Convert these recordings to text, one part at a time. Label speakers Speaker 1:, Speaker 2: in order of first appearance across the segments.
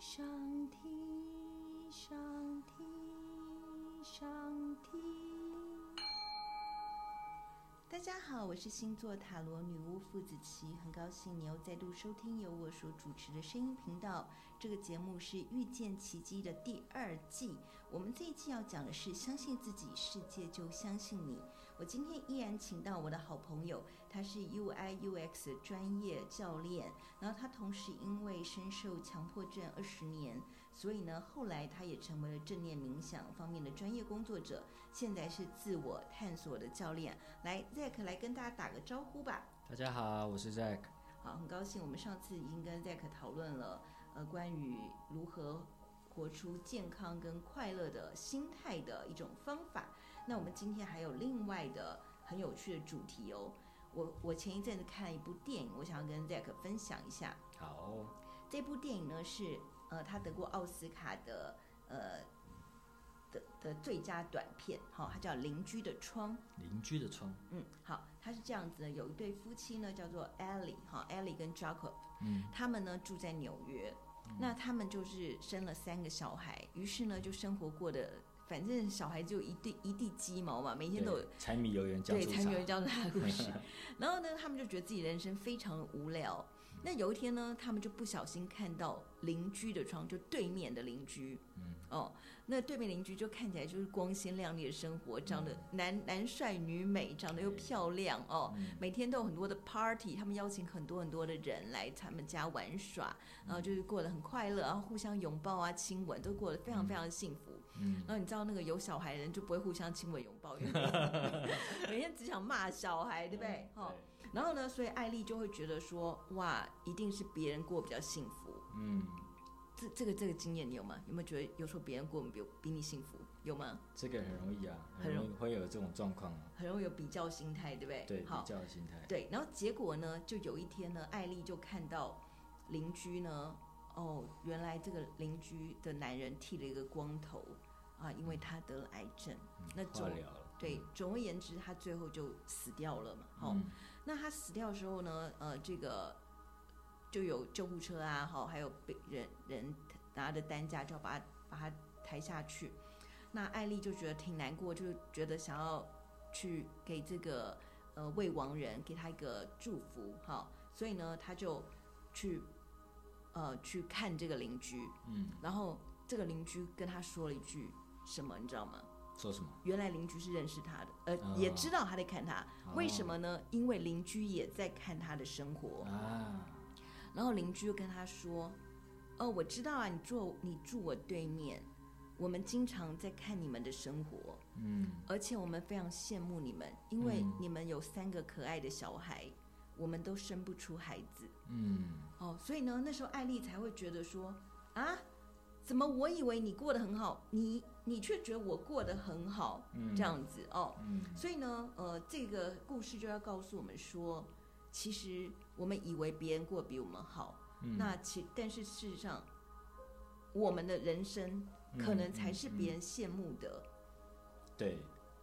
Speaker 1: 上提上提上提。大家好，我是星座塔罗女巫付子琪，很高兴你又再度收听由我所主持的声音频道。这个节目是《遇见奇迹》的第二季，我们这一季要讲的是相信自己，世界就相信你。我今天依然请到我的好朋友，他是 UI UX 专业教练，然后他同时因为深受强迫症二十年，所以呢，后来他也成为了正念冥想方面的专业工作者，现在是自我探索的教练。来，Zack 来跟大家打个招呼吧。
Speaker 2: 大家好，我是 Zack。
Speaker 1: 好，很高兴我们上次已经跟 Zack 讨论了，呃，关于如何活出健康跟快乐的心态的一种方法。那我们今天还有另外的很有趣的主题哦。我我前一阵子看了一部电影，我想要跟 Zack 分享一下。
Speaker 2: 好，
Speaker 1: 这部电影呢是呃，他得过奥斯卡的呃的的最佳短片，好、它叫《邻居的窗》。
Speaker 2: 邻居的窗，
Speaker 1: 嗯，好，它是这样子的，有一对夫妻呢，叫做 Ellie 哈、e l l i e 跟 Jacob，
Speaker 2: 嗯，
Speaker 1: 他们呢住在纽约，那他们就是生了三个小孩，于是呢就生活过的，反正小孩就一地一地鸡毛嘛，每天都有
Speaker 2: 对柴米油盐酱
Speaker 1: 对，
Speaker 2: 醋
Speaker 1: 才
Speaker 2: 茶
Speaker 1: 没有，这样子 的故事。然后呢，他们就觉得自己人生非常无聊。那有一天呢，他们就不小心看到邻居的窗，就对面的邻居，
Speaker 2: 嗯，
Speaker 1: 哦，那对面邻居就看起来就是光鲜亮丽的生活，长得男、男帅女美，长得又
Speaker 2: 对
Speaker 1: 漂亮哦，
Speaker 2: 嗯
Speaker 1: 每天都有很多的 party，他们邀请很多很多的人来他们家玩耍，
Speaker 2: 嗯
Speaker 1: 然后就是过得很快乐，然后互相拥抱啊、亲吻，都过得非常非常的幸福。
Speaker 2: 嗯，
Speaker 1: 然后你知道那个有小孩的人就不会互相亲吻拥抱，因 为每天只想骂小孩，对不哦对？哈、
Speaker 2: 嗯对
Speaker 1: 然后呢，所以艾丽就会觉得说，哇，一定是别人过得比较幸福。
Speaker 2: 嗯，
Speaker 1: 这这个这个经验你有吗？有没有觉得有时候别人过得比比你幸福？有吗？
Speaker 2: 这个很容易啊，
Speaker 1: 很
Speaker 2: 很
Speaker 1: 容
Speaker 2: 容易会有这种状况啊，
Speaker 1: 很容易有比较心态，对不对？
Speaker 2: 对，比
Speaker 1: 好，
Speaker 2: 较的心态，
Speaker 1: 对。然后结果呢，就有一天呢，艾丽就看到邻居呢，哦，原来这个邻居的男人剃了一个光头啊，因为他得了癌症，那
Speaker 2: 化
Speaker 1: 种。
Speaker 2: 疗了，
Speaker 1: 对，总而言之，他最后就死掉了嘛。好、
Speaker 2: 嗯，
Speaker 1: 那他死掉的时候呢，呃，这个就有救护车啊，好，还有被人人呃拿着担架就要把他把他抬下去。那艾丽就觉得挺难过，就是觉得想要去给这个呃未亡人给他一个祝福，好，所以呢，他就去呃去看这个邻居，
Speaker 2: 嗯，
Speaker 1: 然后这个邻居跟他说了一句什么，你知道吗？
Speaker 2: 说什么？
Speaker 1: 原来邻居是认识他的，呃，
Speaker 2: 哦
Speaker 1: 也知道他在看他，
Speaker 2: 哦
Speaker 1: 为什么呢？因为邻居也在看他的生活，
Speaker 2: 啊，
Speaker 1: 然后邻居就跟他说：“哦，我知道啊，你住你住我对面，我们经常在看你们的生活，
Speaker 2: 嗯，
Speaker 1: 而且我们非常羡慕你们，因为
Speaker 2: 嗯
Speaker 1: 你们有三个可爱的小孩，我们都生不出孩子。”
Speaker 2: 嗯，
Speaker 1: 哦，所以呢，那时候艾丽才会觉得说，啊，怎么我以为你过得很好，你你却觉得我过得很好，
Speaker 2: 嗯
Speaker 1: 这样子哦。
Speaker 2: 嗯，
Speaker 1: 所以呢，呃，这个故事就要告诉我们说，其实我们以为别人过得比我们好，
Speaker 2: 嗯
Speaker 1: 那其但是事实上，我们的人生
Speaker 2: 嗯
Speaker 1: 可能才是别人羡慕的。
Speaker 2: 对，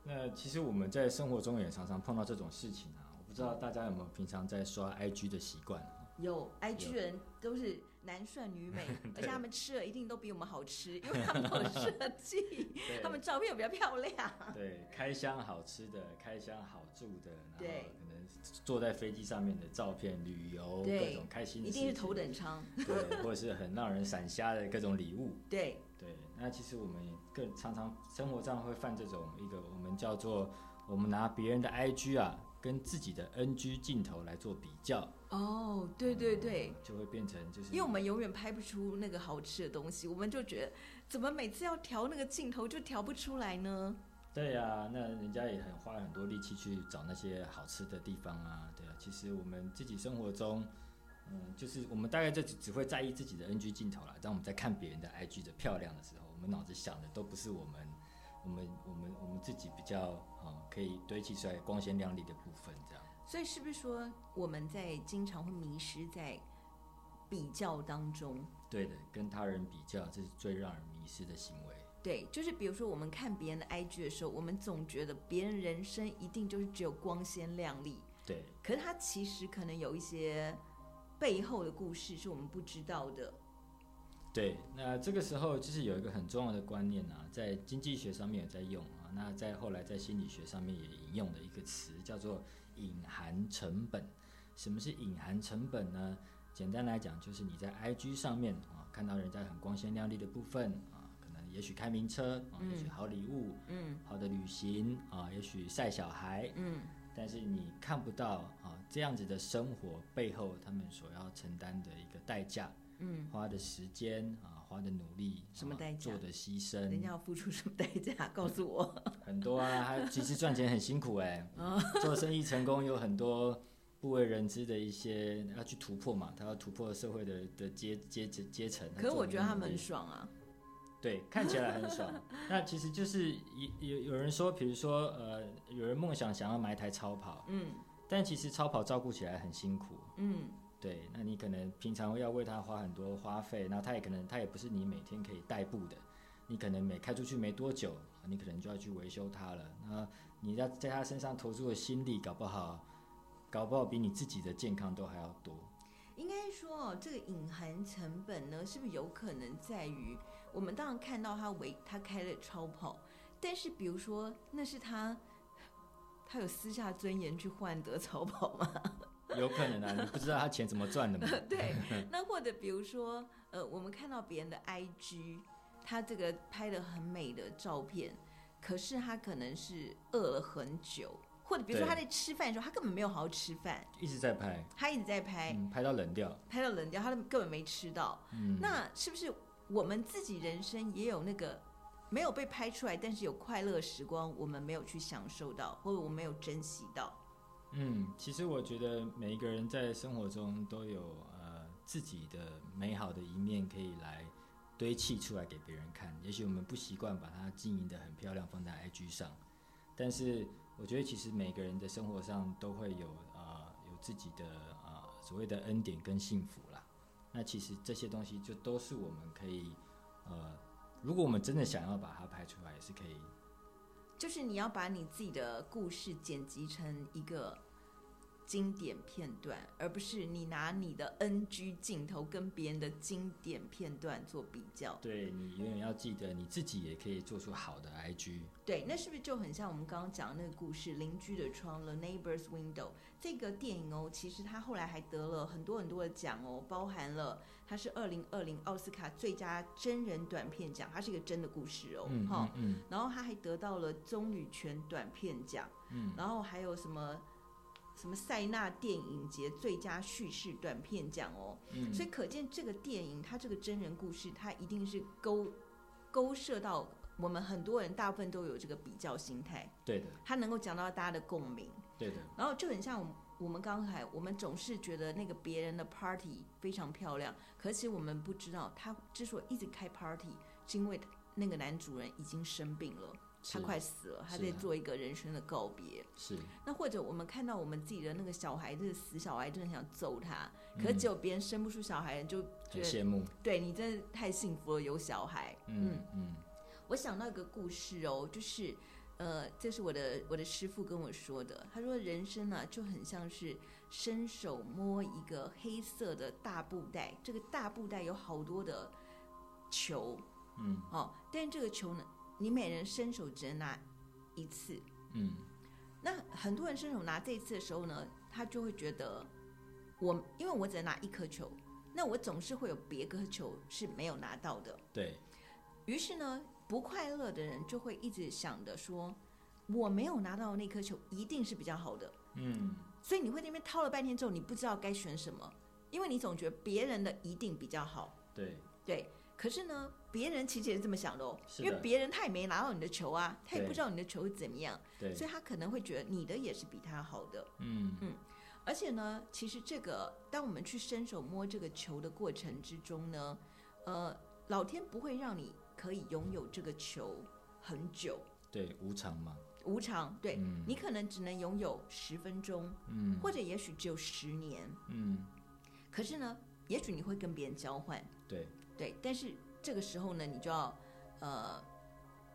Speaker 2: 那其实我们在生活中也常常碰到这种事情啊，我不知道大家有没有平常在刷 IG 的习惯啊？
Speaker 1: 有 IG 人都是男帅女 美，而且他们吃的一定都比我们好吃，因为他们都有设计，
Speaker 2: 对
Speaker 1: 他们照片比较漂亮。
Speaker 2: 对，开箱好吃的，开箱好住的，然后
Speaker 1: 对
Speaker 2: 可能坐在飞机上面的照片、旅游
Speaker 1: 对
Speaker 2: 各种开心的
Speaker 1: 一
Speaker 2: 事情，
Speaker 1: 定是头等舱。
Speaker 2: 对，或者是很让人闪瞎的各种礼物。
Speaker 1: 对，
Speaker 2: 对，那其实我们更常常生活上会犯这种一个我们叫做我们拿别人的 IG 啊跟自己的 NG 镜头来做比较，
Speaker 1: 哦，对对对，
Speaker 2: 就会变成就是
Speaker 1: 因为我们永远拍不出那个好吃的东西，我们就觉得怎么每次要调那个镜头就调不出来呢？
Speaker 2: 对呀、那人家也很花很多力气去找那些好吃的地方啊，对啊。其实我们自己生活中，嗯，就是我们大概就只只会在意自己的 NG 镜头啦。当我们在看别人的 IG 的漂亮的时候，我们脑子想的都不是我们。我们我们我们自己比较啊、嗯可以堆砌出来光鲜亮丽的部分，这样
Speaker 1: 所以是不是说我们在经常会迷失在比较当中？
Speaker 2: 对的，跟他人比较，这是最让人迷失的行为。
Speaker 1: 对，就是比如说我们看别人的 IG 的时候，我们总觉得别人人生一定就是只有光鲜亮丽，
Speaker 2: 对，
Speaker 1: 可是他其实可能有一些背后的故事是我们不知道的。
Speaker 2: 对，那这个时候就是有一个很重要的观念啊，在经济学上面有在用啊，那在后来在心理学上面也引用的一个词叫做隐含成本。什么是隐含成本呢？简单来讲，就是你在 IG 上面啊看到人家很光鲜亮丽的部分啊，可能也许开名车啊，也许
Speaker 1: 嗯
Speaker 2: 好礼物、
Speaker 1: 嗯
Speaker 2: 好的旅行啊，也许晒小孩，
Speaker 1: 嗯
Speaker 2: 但是你看不到啊这样子的生活背后他们所要承担的一个代价。
Speaker 1: 嗯，
Speaker 2: 花的时间啊，花的努力，
Speaker 1: 什么
Speaker 2: 啊
Speaker 1: 代价
Speaker 2: 做的牺
Speaker 1: 人
Speaker 2: 牲
Speaker 1: 家要付出什么代价？告诉我。
Speaker 2: 很多啊。他其实赚钱很辛苦哎、
Speaker 1: 哦
Speaker 2: 做生意成功有很多不为人知的一些要去突破嘛，他要突破社会的的阶阶阶阶层。
Speaker 1: 可是我觉得他们很
Speaker 2: 很
Speaker 1: 爽啊。
Speaker 2: 对看起来很 爽，那其实就是有有有人说，比如说呃，有人梦想想要买一台超跑，
Speaker 1: 嗯
Speaker 2: 但其实超跑照顾起来很辛苦。
Speaker 1: 嗯
Speaker 2: 对，那你可能平常要为它花很多花费，那它也可能它也不是你每天可以代步的，你可能每开出去没多久，你可能就要去维修它了。那你要在它身上投入的心力，搞不好，搞不好比你自己的健康都还要多。
Speaker 1: 应该说哦，这个隐含成本呢，是不是有可能在于我们当然看到他为他开了超跑，但是比如说那是他他有私下尊严去换得超跑吗？
Speaker 2: 有可能啊，你不知道他钱怎么赚的嘛？
Speaker 1: 对，那或者比如说呃，我们看到别人的 IG，他这个拍的很美的照片，可是他可能是饿了很久，或者比如说
Speaker 2: 对
Speaker 1: 他在吃饭的时候，他根本没有好好吃饭，
Speaker 2: 一直在拍，
Speaker 1: 他一直在拍，
Speaker 2: 嗯，拍到冷掉，
Speaker 1: 拍到冷掉，他根本没吃到。
Speaker 2: 嗯，
Speaker 1: 那是不是我们自己人生也有那个没有被拍出来，但是有快乐时光，我们没有去享受到，或者我们没有珍惜到？
Speaker 2: 嗯，其实我觉得每一个人在生活中都有呃自己的美好的一面可以来堆砌出来给别人看。也许我们不习惯把它经营的很漂亮放在 IG 上，但是我觉得其实每个人的生活上都会有呃有自己的呃所谓的恩典跟幸福啦。那其实这些东西就都是我们可以呃，如果我们真的想要把它拍出来，也是可以
Speaker 1: 就是你要把你自己的故事剪辑成一个经典片段，而不是你拿你的 NG 镜头跟别人的经典片段做比较。
Speaker 2: 对你永远要记得，你自己也可以做出好的 IG。
Speaker 1: 对，那是不是就很像我们刚刚讲的那个故事《邻居的窗》（The Neighbor's Window） 这个电影哦？其实它后来还得了很多很多的奖哦，包含了它是二零二零奥斯卡最佳真人短片奖，它是一个真的故事哦，
Speaker 2: 嗯
Speaker 1: 哈、
Speaker 2: 嗯嗯
Speaker 1: 然后它还得到了棕榈泉短片奖，
Speaker 2: 嗯，
Speaker 1: 然后还有什么什么塞纳电影节最佳叙事短片奖哦。
Speaker 2: 嗯
Speaker 1: 所以可见这个电影，它这个真人故事，它一定是勾勾射到我们很多人大部分都有这个比较心态，
Speaker 2: 对的，
Speaker 1: 它能够讲到大家的共鸣，
Speaker 2: 对的，
Speaker 1: 然后就很像我们。我们刚才，我们总是觉得那个别人的 party 非常漂亮，可是我们不知道，他之所以一直开 party，是因为那个男主人已经生病了，他
Speaker 2: 是
Speaker 1: 快死了，他
Speaker 2: 是
Speaker 1: 在
Speaker 2: 啊
Speaker 1: 做一个人生的告别。
Speaker 2: 是，
Speaker 1: 那或者我们看到我们自己的那个小孩，这个死小孩，真的很想揍他，可是
Speaker 2: 嗯
Speaker 1: 只有别人生不出小孩，就觉
Speaker 2: 很
Speaker 1: 得
Speaker 2: 羡慕，
Speaker 1: 对你真的太幸福了，有小孩。
Speaker 2: 嗯嗯
Speaker 1: 我想到一个故事哦，就是呃，这是我的我的师傅跟我说的，他说人生呢、就很像是伸手摸一个黑色的大布袋，这个大布袋有好多的球
Speaker 2: 嗯
Speaker 1: 哦，但是这个球呢，你每人伸手只能拿一次。
Speaker 2: 嗯，
Speaker 1: 那很多人伸手拿这一次的时候呢，他就会觉得我因为我只能拿一颗球，那我总是会有别颗球是没有拿到的。
Speaker 2: 对，
Speaker 1: 于是呢，不快乐的人就会一直想着说，我没有拿到那颗球一定是比较好的，
Speaker 2: 嗯
Speaker 1: 所以你会在那边掏了半天之后，你不知道该选什么，因为你总觉得别人的一定比较好，
Speaker 2: 对，
Speaker 1: 对。可是呢，别人其实也是这么想的哦，
Speaker 2: 是
Speaker 1: 因
Speaker 2: 的
Speaker 1: 为别人他也没拿到你的球啊，他也
Speaker 2: 对
Speaker 1: 不知道你的球是怎么样，
Speaker 2: 对，
Speaker 1: 所以他可能会觉得你的也是比他好的。
Speaker 2: 嗯
Speaker 1: 而且呢，其实这个当我们去伸手摸这个球的过程之中呢，呃，老天不会让你可以拥有这个球很久，
Speaker 2: 对，无常嘛，
Speaker 1: 无常，对、
Speaker 2: 嗯
Speaker 1: 你可能只能拥有十分钟，
Speaker 2: 嗯
Speaker 1: 或者也许只有十年。
Speaker 2: 嗯，
Speaker 1: 可是呢，也许你会跟别人交换，
Speaker 2: 对，
Speaker 1: 对，但是这个时候呢，你就要，呃，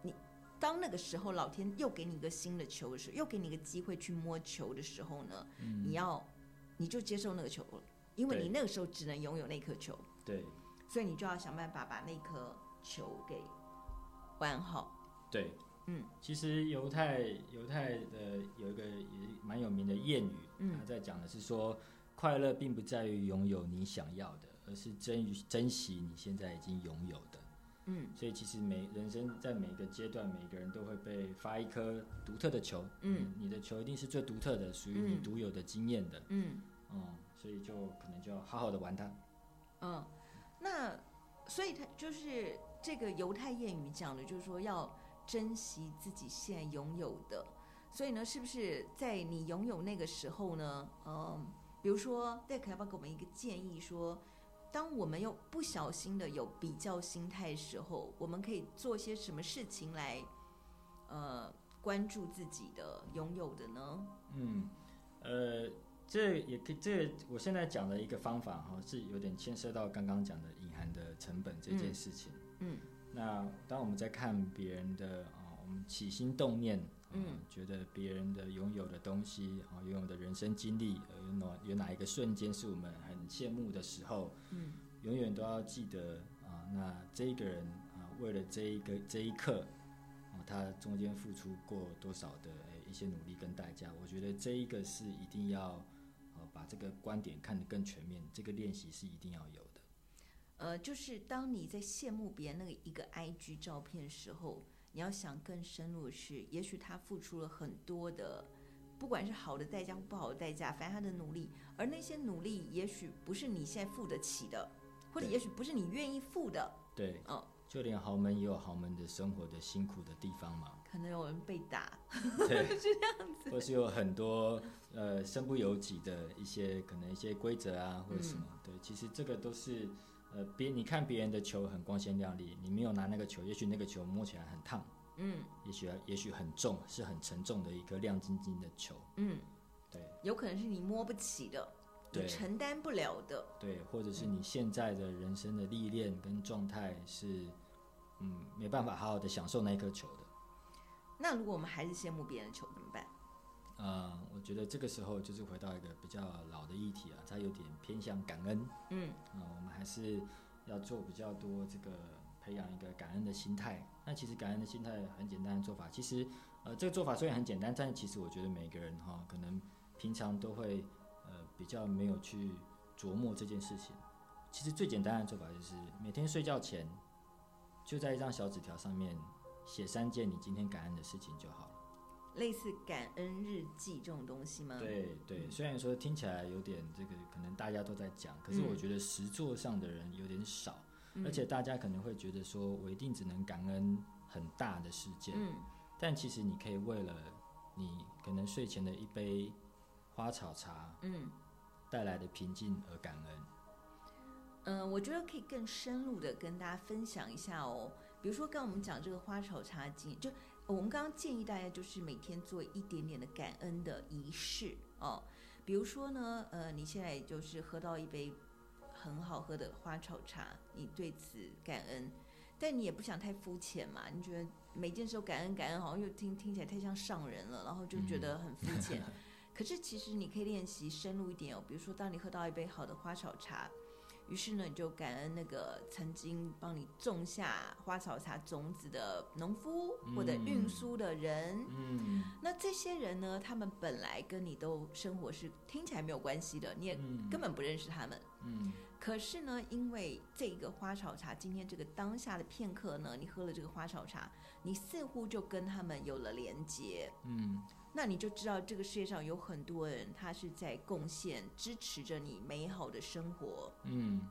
Speaker 1: 你当那个时候老天又给你一个新的球的时候，又给你一个机会去摸球的时候呢，
Speaker 2: 嗯
Speaker 1: 你要你就接受那个球了，因为
Speaker 2: 对
Speaker 1: 你那个时候只能拥有那颗球，
Speaker 2: 对，
Speaker 1: 所以你就要想办法把那颗球给玩好。
Speaker 2: 对，
Speaker 1: 嗯，
Speaker 2: 其实犹太犹太的有一个也蛮有名的谚语，
Speaker 1: 嗯
Speaker 2: 他在讲的是说，快乐并不在于拥有你想要的，而是珍于珍惜你现在已经拥有的。
Speaker 1: 嗯
Speaker 2: 所以其实每人生在每个阶段，每个人都会被发一颗独特的球，
Speaker 1: 嗯，
Speaker 2: 你的球一定是最独特的，属于你
Speaker 1: 嗯
Speaker 2: 独有的经验的，
Speaker 1: 嗯
Speaker 2: 嗯，所以就可能就要好好的玩它。
Speaker 1: 嗯，那所以他就是这个犹太谚语讲的，就是说要珍惜自己现在拥有的。所以呢，是不是在你拥有那个时候呢？嗯，比如说，戴可要不要给我们一个建议说？当我们又不小心的有比较心态的时候，我们可以做些什么事情来，呃，关注自己的拥有的呢？
Speaker 2: 嗯，呃，这也可以，这我现在讲的一个方法哈、是有点牵涉到刚刚讲的隐含的成本这件事情。
Speaker 1: 嗯
Speaker 2: 那当我们在看别人的啊、我们起心动念，啊
Speaker 1: 嗯
Speaker 2: 觉得别人的拥有的东西啊、拥有的人生经历，呃，有哪有哪一个瞬间是我们很羡慕的时候，
Speaker 1: 嗯
Speaker 2: 永远都要记得啊、那这一个人啊、为了这一个这一刻，啊、他中间付出过多少的、诶一些努力跟代价，我觉得这一个是一定要呃把这个观点看得更全面，这个练习是一定要有的。
Speaker 1: 呃，就是当你在羡慕别人那个一个 IG 照片的时候，你要想更深入的是，也许他付出了很多的，不管是好的代价或不好的代价，反正他的努力，而那些努力也许不是你现在付得起的，或者
Speaker 2: 对
Speaker 1: 也许不是你愿意付的。
Speaker 2: 对，
Speaker 1: 哦
Speaker 2: 就连豪门也有豪门的生活的辛苦的地方嘛。
Speaker 1: 可能有人被打，
Speaker 2: 对，是这样子，或是有很多呃身不由己的一些可能一些规则啊，或者什么，对，其实这个都是呃别你看别人的球很光鲜亮丽，你没有拿那个球，也许那个球摸起来很烫，
Speaker 1: 嗯
Speaker 2: 也许也许很重，是很沉重的一颗亮晶晶的球，
Speaker 1: 嗯，
Speaker 2: 对
Speaker 1: 有可能是你摸不起的，你
Speaker 2: 对
Speaker 1: 承担不了的，
Speaker 2: 对，或者是你现在的人生的历练跟状态是嗯没办法好好的享受那一颗球的。
Speaker 1: 那如果我们还是羡慕别人的球怎么办？
Speaker 2: 呃，我觉得这个时候就是回到一个比较老的议题啊，它有点偏向感恩。
Speaker 1: 嗯
Speaker 2: 啊、我们还是要做比较多这个培养一个感恩的心态。那其实感恩的心态很简单的做法，其实呃这个做法虽然很简单，但其实我觉得每个人哈、可能平常都会呃比较没有去琢磨这件事情。其实最简单的做法就是每天睡觉前，就在一张小纸条上面写三件你今天感恩的事情就好了。
Speaker 1: 类似感恩日记这种东西吗？，
Speaker 2: 对对，
Speaker 1: 嗯
Speaker 2: 虽然说听起来有点这个，可能大家都在讲，可是我
Speaker 1: 嗯
Speaker 2: 觉得实作上的人有点少。
Speaker 1: 嗯、
Speaker 2: 而且大家可能会觉得说，我一定只能感恩很大的事件，
Speaker 1: 嗯。
Speaker 2: 但其实你可以为了你可能睡前的一杯花草茶
Speaker 1: 嗯
Speaker 2: 带来的平静而感恩。
Speaker 1: 嗯，我觉得可以更深入的跟大家分享一下哦。比如说，刚刚我们讲这个花草茶经，就我们刚刚建议大家就是每天做一点点的感恩的仪式哦。比如说呢，呃，你现在就是喝到一杯很好喝的花草茶，你对此感恩，但你也不想太肤浅嘛，你觉得每件事都感恩感恩，好像又听听起来太像上人了，然后就觉得很肤浅。可是其实你可以练习深入一点哦，比如说当你喝到一杯好的花草茶，于是呢，你就感恩那个曾经帮你种下花草茶种子的农夫
Speaker 2: 嗯
Speaker 1: 或者运输的人。
Speaker 2: 嗯
Speaker 1: 那这些人呢，他们本来跟你都生活是听起来没有关系的，你也
Speaker 2: 嗯
Speaker 1: 根本不认识他们。
Speaker 2: 嗯
Speaker 1: 可是呢，因为这个花草茶，今天这个当下的片刻呢，你喝了这个花草茶，你似乎就跟他们有了连接。
Speaker 2: 嗯
Speaker 1: 那你就知道这个世界上有很多人，他是在贡献、支持着你美好的生活。
Speaker 2: 嗯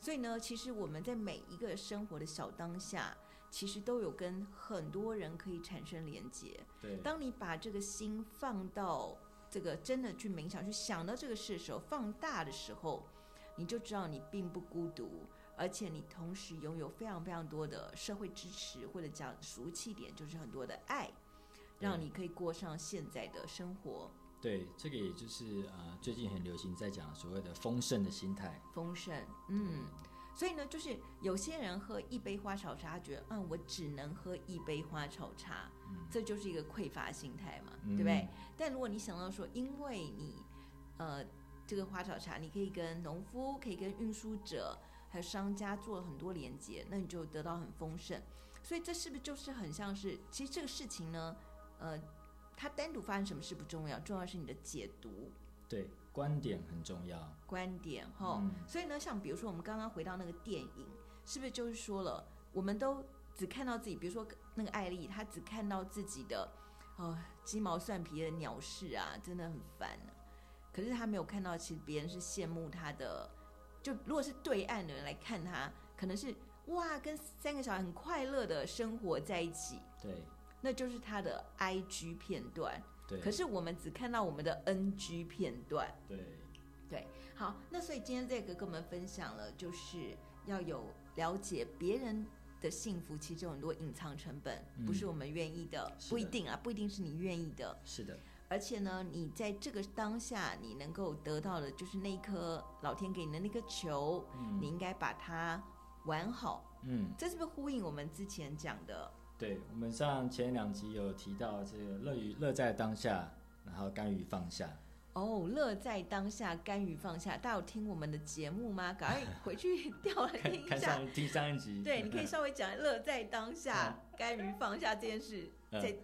Speaker 1: 所以呢，其实我们在每一个生活的小当下，其实都有跟很多人可以产生连接。
Speaker 2: 对
Speaker 1: 当你把这个心放到这个真的去冥想、去想到这个事的时候，放大的时候，你就知道你并不孤独，而且你同时拥有非常非常多的社会支持，或者讲俗气点，就是很多的爱，让你可以过上现在的生活，
Speaker 2: 对，这个也就是呃最近很流行在讲所谓的丰盛的心态。
Speaker 1: 丰盛。嗯。，所以呢，就是有些人喝一杯花草茶，他觉得，嗯，我只能喝一杯花草茶，
Speaker 2: 嗯
Speaker 1: 这就是一个匮乏心态嘛，
Speaker 2: 嗯
Speaker 1: 对不对？？但如果你想到说，因为你，呃，这个花草茶，你可以跟农夫，可以跟运输者，还有商家做了很多连接，那你就得到很丰盛。所以这是不是就是很像是，其实这个事情呢，呃，它单独发生什么事不重要，重要是你的解读
Speaker 2: 对，观点很重要。
Speaker 1: 观点哈。吼
Speaker 2: 嗯，
Speaker 1: 所以呢，像比如说我们刚刚回到那个电影，是不是就是说了，我们都只看到自己，比如说那个艾丽，她只看到自己的，哦，鸡毛蒜皮的鸟事啊，真的很烦、可是她没有看到，其实别人是羡慕她的，就如果是对岸的人来看她，可能是哇，跟三个小孩很快乐的生活在一起，
Speaker 2: 对
Speaker 1: 那就是她的 IG 片段。
Speaker 2: 对。
Speaker 1: 可是我们只看到我们的 NG 片段。
Speaker 2: 对
Speaker 1: 好，那所以今天这个跟我们分享了，就是要有了解别人的幸福，其实有很多隐藏成本，不是
Speaker 2: 嗯
Speaker 1: 我们愿意的，
Speaker 2: 是
Speaker 1: 不一
Speaker 2: 的
Speaker 1: 定啊，不一定是你愿意的。
Speaker 2: 是的，
Speaker 1: 而且呢，你在这个当下，你能够得到的就是那一颗老天给你的那颗球，
Speaker 2: 嗯
Speaker 1: 你应该把它玩好。
Speaker 2: 嗯，
Speaker 1: 这是不是呼应我们之前讲的？
Speaker 2: 对，我们上前两集有提到这个乐于乐在当下，然后甘于放下。
Speaker 1: 哦，乐在当下，甘于放下。大家有听我们的节目吗？赶快回去 调来
Speaker 2: 看
Speaker 1: 听一
Speaker 2: 看
Speaker 1: 下。
Speaker 2: 上听上一集，嗯
Speaker 1: 对，你可以稍微讲乐在当下，甘于放下这件事。
Speaker 2: 嗯
Speaker 1: 在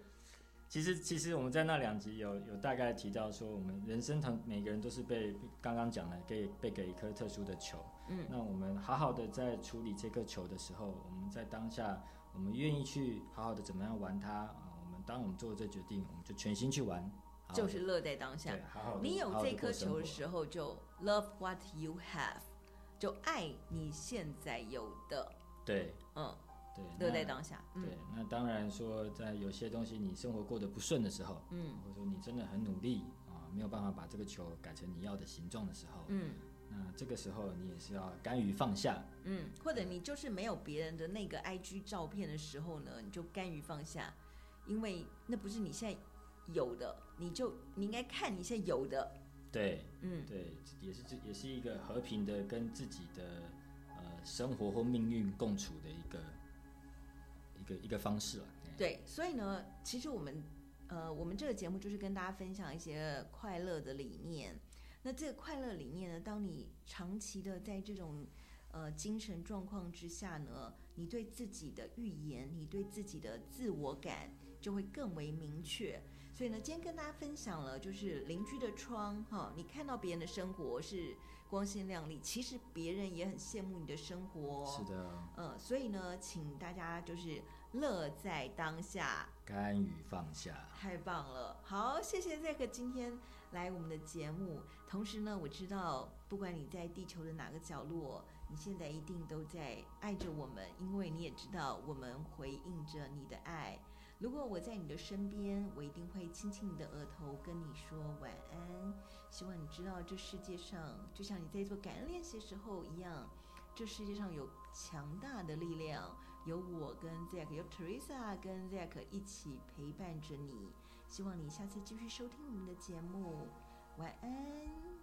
Speaker 2: 其实，其实我们在那两集有有大概提到说，我们人生同每个人都是被刚刚讲的给被给一颗特殊的球。
Speaker 1: 嗯，
Speaker 2: 那我们好好的在处理这颗球的时候，我们在当下，我们愿意去好好的怎么样玩它啊、我们当我们做了这决定，我们就全心去玩，好好地
Speaker 1: 就是乐在当下
Speaker 2: 对，。好好地
Speaker 1: 你有
Speaker 2: 好好地
Speaker 1: 这
Speaker 2: 过
Speaker 1: 颗
Speaker 2: 生
Speaker 1: 球的
Speaker 2: 活
Speaker 1: 时候，就 love what you have，就爱你现在有的，
Speaker 2: 对
Speaker 1: 嗯，
Speaker 2: 对
Speaker 1: 乐在
Speaker 2: 那
Speaker 1: 当下，
Speaker 2: 对
Speaker 1: 嗯，
Speaker 2: 那当然说，在有些东西你生活过得不顺的时候，
Speaker 1: 嗯
Speaker 2: 或者说你真的很努力啊，没有办法把这个球改成你要的形状的时候，
Speaker 1: 嗯
Speaker 2: 那这个时候你也是要甘于放下。
Speaker 1: 嗯，或者你就是没有别人的那个 IG 照片的时候呢，你就甘于放下，因为那不是你现在有的，你就你应该看你现在有的，
Speaker 2: 对
Speaker 1: 嗯，
Speaker 2: 对，也是这也是一个和平的跟自己的呃生活或命运共处的一个一个一个方式了、哎
Speaker 1: 对，所以呢，其实我们呃，我们这个节目就是跟大家分享一些快乐的理念。那这个快乐理念呢，当你长期的在这种呃精神状况之下呢，你对自己的预言，你对自己的自我感就会更为明确。所以呢，今天跟大家分享了，就是邻居的窗哈、你看到别人的生活是光鲜亮丽，其实别人也很羡慕你的生活。
Speaker 2: 是的，
Speaker 1: 呃，所以呢，请大家就是乐在当下，
Speaker 2: 甘于放下。
Speaker 1: 太棒了！好，谢谢 Zack 今天来我们的节目。同时呢，我知道不管你在地球的哪个角落，你现在一定都在爱着我们，因为你也知道我们回应着你的爱。如果我在你的身边，我一定会亲亲你的额头，跟你说晚安。希望你知道，这世界上就像你在做感恩练习的时候一样，这世界上有强大的力量，有我跟 Zack，有 Teresa 跟 Zack 一起陪伴着你。希望你下次继续收听我们的节目，晚安。